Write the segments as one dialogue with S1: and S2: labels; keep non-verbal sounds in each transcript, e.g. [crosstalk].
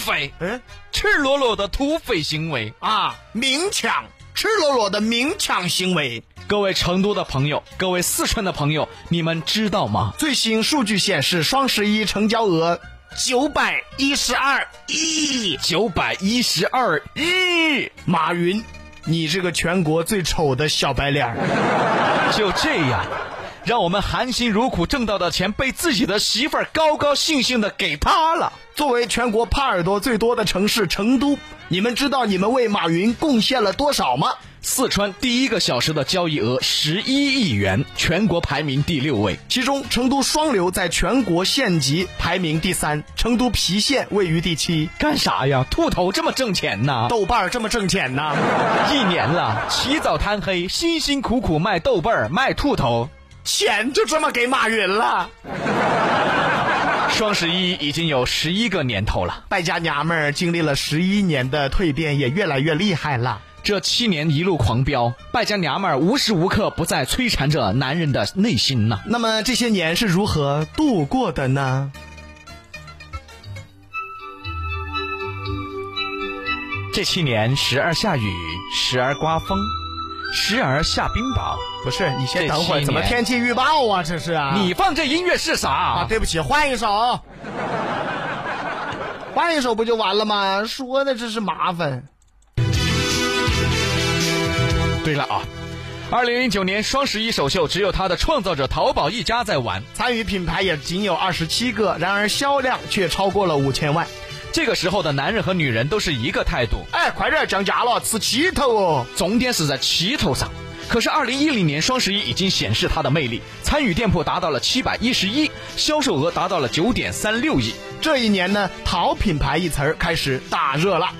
S1: 费，
S2: 嗯，
S1: 赤裸裸的土匪行为啊！
S2: 明抢，赤裸裸的明抢行为。
S1: 各位成都的朋友，各位四川的朋友，你们知道吗？
S2: 最新数据显示，双十一成交额九百一十二亿。
S1: 九百一十二亿，
S2: 马云，你这个全国最丑的小白脸儿，
S1: [laughs] 就这样，让我们含辛茹苦挣到的钱被自己的媳妇儿高高兴兴的给他了。
S2: 作为全国耙耳朵最多的城市成都，你们知道你们为马云贡献了多少吗？
S1: 四川第一个小时的交易额十一亿元，全国排名第六位。
S2: 其中，成都双流在全国县级排名第三，成都郫县位于第七。
S1: 干啥呀？兔头这么挣钱呢？
S2: 豆瓣儿这么挣钱呐？
S1: 一年了，起早贪黑，辛辛苦苦卖豆瓣儿，卖兔头。
S2: 钱就这么给马云了？
S1: 双十一已经有十一个年头了，
S2: 败家娘们儿经历了十一年的蜕变，也越来越厉害了。
S1: 这七年一路狂飙，败家娘们儿无时无刻不在摧残着男人的内心呐。
S2: 那么这些年是如何度过的呢？
S1: 这七年，时而下雨，时而刮风，时而下冰雹。
S2: 不是，你先
S1: 这
S2: 等会儿，
S1: 七
S2: 怎么
S1: 年
S2: 天气预报啊？这是啊，
S1: 你放这音乐是啥？
S2: 啊，对不起，换一首，换一首不就完了吗？说的这是麻烦。
S1: 对了啊，二零零九年双十一首秀只有它的创造者淘宝一家在玩。
S2: 参与品牌也仅有二十七个，然而销量却超过了五千万。
S1: 这个时候的男人和女人都是一个态度，
S2: 哎，快点降价了，吃七头哦！
S1: 重点是在七头上。可是，二零一零年双十一已经显示它的魅力，参与店铺达到了七百一十一，销售额达到了九点三六亿。
S2: 这一年呢，“淘品牌”一词儿开始大热了。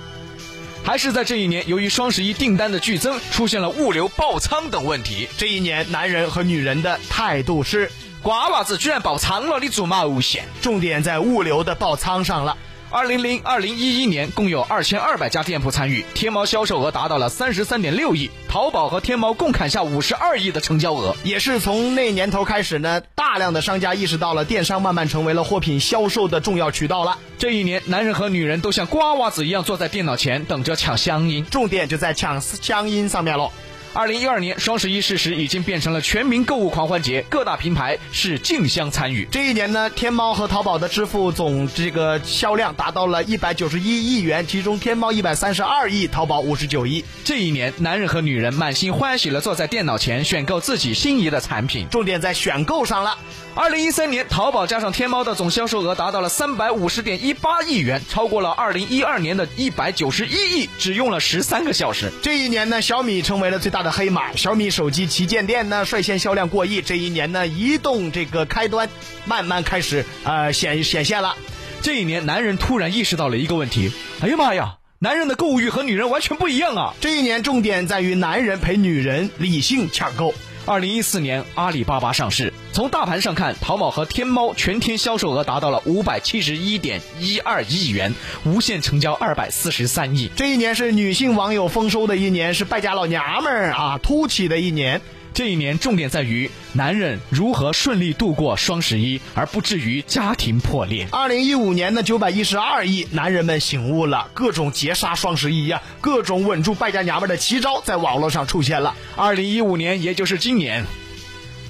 S1: 还是在这一年，由于双十一订单的剧增，出现了物流爆仓等问题。
S2: 这一年，男人和女人的态度是，
S1: 瓜娃子居然爆仓了，你做毛线？
S2: 重点在物流的爆仓上了。
S1: 二零零二零一一年，共有二千二百家店铺参与，天猫销售额达到了三十三点六亿，淘宝和天猫共砍下五十二亿的成交额。
S2: 也是从那年头开始呢，大量的商家意识到了电商慢慢成为了货品销售的重要渠道了。
S1: 这一年，男人和女人都像瓜娃子一样坐在电脑前，等着抢香音。
S2: 重点就在抢香音上面喽。
S1: 二零一二年，双十一事实已经变成了全民购物狂欢节，各大品牌是竞相参与。
S2: 这一年呢，天猫和淘宝的支付总这个销量达到了一百九十一亿元，其中天猫一百三十二亿，淘宝五十九亿。
S1: 这一年，男人和女人满心欢喜地坐在电脑前，选购自己心仪的产品。
S2: 重点在选购上了。
S1: 二零一三年，淘宝加上天猫的总销售额达到了三百五十点一八亿元，超过了二零一二年的一百九十一亿，只用了十三个小时。
S2: 这一年呢，小米成为了最大的黑马，小米手机旗舰店呢率先销量过亿。这一年呢，移动这个开端慢慢开始呃显显现了。
S1: 这一年，男人突然意识到了一个问题：哎呀妈呀，男人的购物欲和女人完全不一样啊！
S2: 这一年重点在于男人陪女人理性抢购。
S1: 二零一四年，阿里巴巴上市。从大盘上看，淘宝和天猫全天销售额达到了五百七十一点一二亿元，无限成交二百四十三亿。
S2: 这一年是女性网友丰收的一年，是败家老娘们儿啊突起的一年。
S1: 这一年重点在于男人如何顺利度过双十一，而不至于家庭破裂。
S2: 二零一五年的九百一十二亿，男人们醒悟了，各种截杀双十一呀、各种稳住败家娘们的奇招在网络上出现了。
S1: 二零一五年，也就是今年，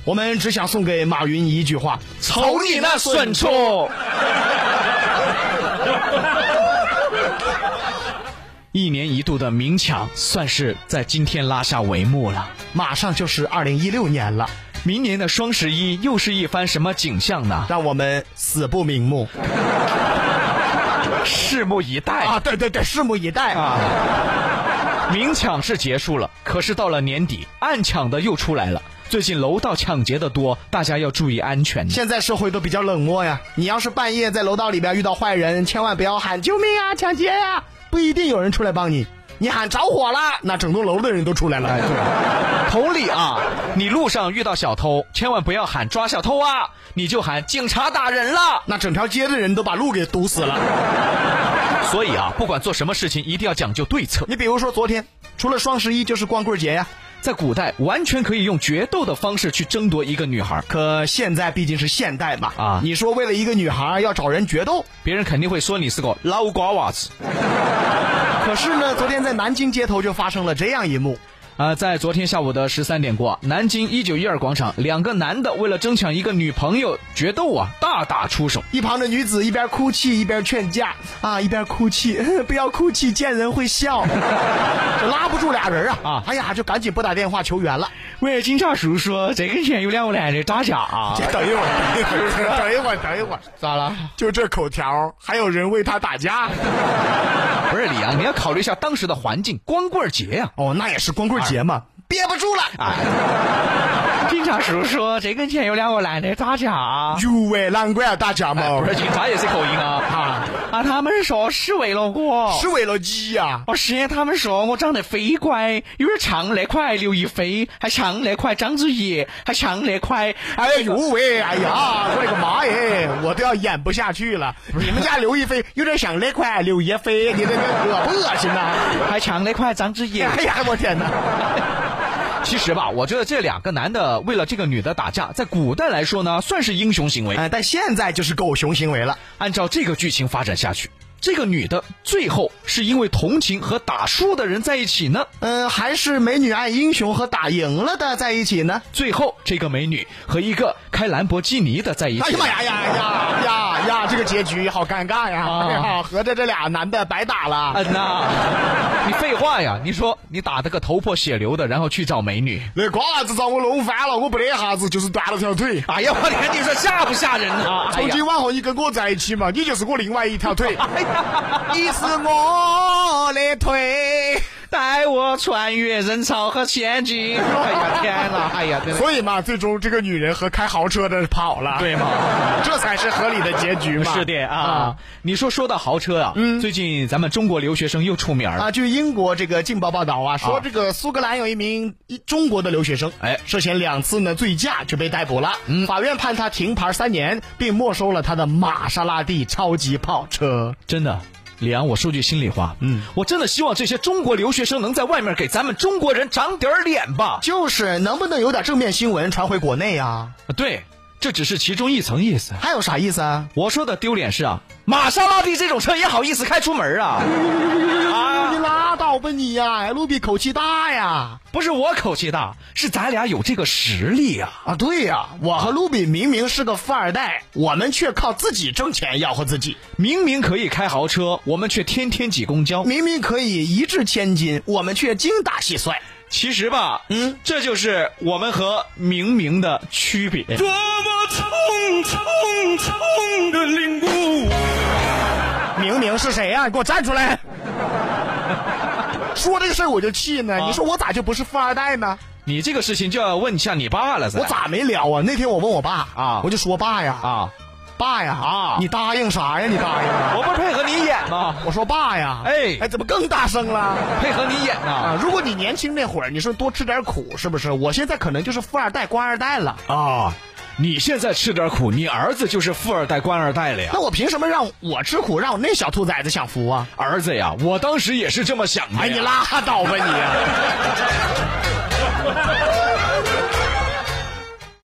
S2: 我们只想送给马云一句话：
S1: 瞅你那损！
S2: [laughs]
S1: 畜！一年一度的明抢算是在今天拉下帷幕了。
S2: 马上就是二零一六年了，
S1: 明年的双十一又是一番什么景象呢？
S2: 让我们死不瞑目
S1: 拭目以待
S2: 啊！对对对，拭目以待啊！
S1: [laughs] 明抢是结束了，可是到了年底，暗抢的又出来了。最近楼道抢劫的多，大家要注意安全。
S2: 现在社会都比较冷漠呀，你要是半夜在楼道里边遇到坏人，千万不要喊救命啊、抢劫呀、不一定有人出来帮你。你喊着火了，那整栋楼的人都出来了。
S1: 哎，对，同理啊，你路上遇到小偷，千万不要喊抓小偷啊，你就喊警察打人了。
S2: 那整条街的人都把路给堵死了。
S1: 所以啊，不管做什么事情，一定要讲究对策。
S2: 你比如说昨天，除了双十一就是光棍节呀、
S1: 在古代完全可以用决斗的方式去争夺一个女孩，
S2: 可现在毕竟是现代嘛，
S1: 啊
S2: 你说为了一个女孩要找人决斗，
S1: 别人肯定会说你是个老瓜娃子。
S2: 可是呢，昨天在南京街头就发生了这样一幕。
S1: 呃，在昨天下午的十三点过，南京一九一二广场，两个男的为了争抢一个女朋友决斗啊，大打出手。
S2: 一旁的女子一边哭泣一边劝架啊，一边哭泣， [laughs] 不要哭泣，见人会笑， [laughs] 就拉不住俩人啊
S1: 啊
S2: 哎呀，就赶紧拨打电话求援了。
S1: 喂，警察叔叔，这跟前有两个男的打架啊，
S2: 哎 [laughs] 等一会儿， [laughs] 等一会儿，等一会儿，
S1: 咋了？
S2: 就这口条，还有人为他打架？
S1: 不是李阳，你要考虑一下当时的环境，光棍节呀、
S2: 哦，那也是光棍节嘛，憋不住了。
S1: 警察哎叔叔，这跟前有两个男的打架啊。
S2: 有哎喂，难怪要打架嘛
S1: 不是警察也是口音
S2: [laughs]
S1: 啊啊！他们说是为了我，
S2: 是为了鸡呀、
S1: 哦，是他们说我长得飞乖，有点像那块刘亦菲，还像那块章子怡，还像那块……
S2: 哎呦喂！哎呀，我的个妈耶！我都要演不下去了。你们家刘亦菲有点像那块刘亦菲，你这个恶不恶心呐、
S1: 还像那块章子怡。
S2: 哎呀，我天哪！
S1: 其实吧，我觉得这两个男的为了这个女的打架，在古代来说呢，算是英雄行为。
S2: 哎，但现在就是狗熊行为了。
S1: 按照这个剧情发展下去，这个女的最后是因为同情和打输的人在一起呢。
S2: 嗯，还是美女爱英雄和打赢了的在一起呢。
S1: 最后，这个美女和一个开兰博基尼的在一起。
S2: 哎呀妈呀呀呀呀呀！这个结局好尴尬呀！
S1: 啊
S2: 哎呀，合着这俩男的白打了。
S1: 嗯呐，你废话呀！你说你打得个头破血流的，然后去找美女，
S2: 那瓜娃子让我弄翻了，我不得哈子就是断了条腿。
S1: 哎呀，我天，你说吓不吓人啊？哎
S2: 从
S1: 呀
S2: 今往后你跟我在一起嘛，你就是我另外一条腿。
S1: 哎呀，
S2: 你是我的腿。
S1: 带我穿越人潮和陷阱！哎呀，天哪！哎呀，真的
S2: 所以嘛，最终这个女人和开豪车的跑了，，
S1: 对吗？
S2: 这才是合理的结局嘛。
S1: 是的啊，你说说到豪车啊，最近咱们中国留学生又出名了。
S2: 啊，据英国这个《镜报》报道啊，说
S1: 啊
S2: 这个苏格兰有一名一中国的留学生，
S1: 哎嗯
S2: 涉嫌两次呢醉驾就被逮捕了。法院判他停牌三年，并没收了他的玛莎拉蒂超级跑车。
S1: 真的，李阳，我说句心里话，嗯，我真的希望这些中国留学生能在外面给咱们中国人长点儿脸吧。
S2: 就是能不能有点正面新闻传回国内啊？
S1: 对，这只是其中一层意思。
S2: 还有啥意思啊？
S1: 我说的丢脸是啊，玛莎拉蒂这种车也好意思开出门啊？啊，
S2: 你拉倒吧你呀、l b 口气大呀！
S1: 不是我口气大，是咱俩有这个实力啊。
S2: 啊，对呀、我和卢比明明是个富二代，我们却靠自己挣钱养活自己；
S1: 明明可以开豪车，我们却天天挤公交。
S2: 明明可以一掷千金，我们却精打细算。
S1: 其实吧，
S2: 嗯，
S1: 这就是我们和明明的区别。
S3: 多么匆匆匆的领悟。
S2: 明明是谁呀、你给我站出来！ [laughs] 说这个事儿我就气呢，你说我咋就不是富二代呢？
S1: 你这个事情就要问一下你爸了噻。
S2: 我咋没聊啊？那天我问我爸
S1: 啊
S2: 我就说爸呀，
S1: 啊？
S2: 爸呀
S1: 啊
S2: 你答应啥呀？你答应？
S1: 我不是配合你演吗？
S2: 我说爸呀，
S1: 哎
S2: 哎，怎么更大声了？
S1: 配合你演呐。
S2: 啊，如果你年轻那会儿，你说多吃点苦，是不是？我现在可能就是富二代、官二代了。
S1: 啊，你现在吃点苦，你儿子就是富二代、官二代了呀
S2: 那。我凭什么让我吃苦，让我那小兔崽子享福啊？
S1: 儿子呀，哎
S2: 啊
S1: 我当时也是这么想的呀。
S2: 哎，你拉倒吧你！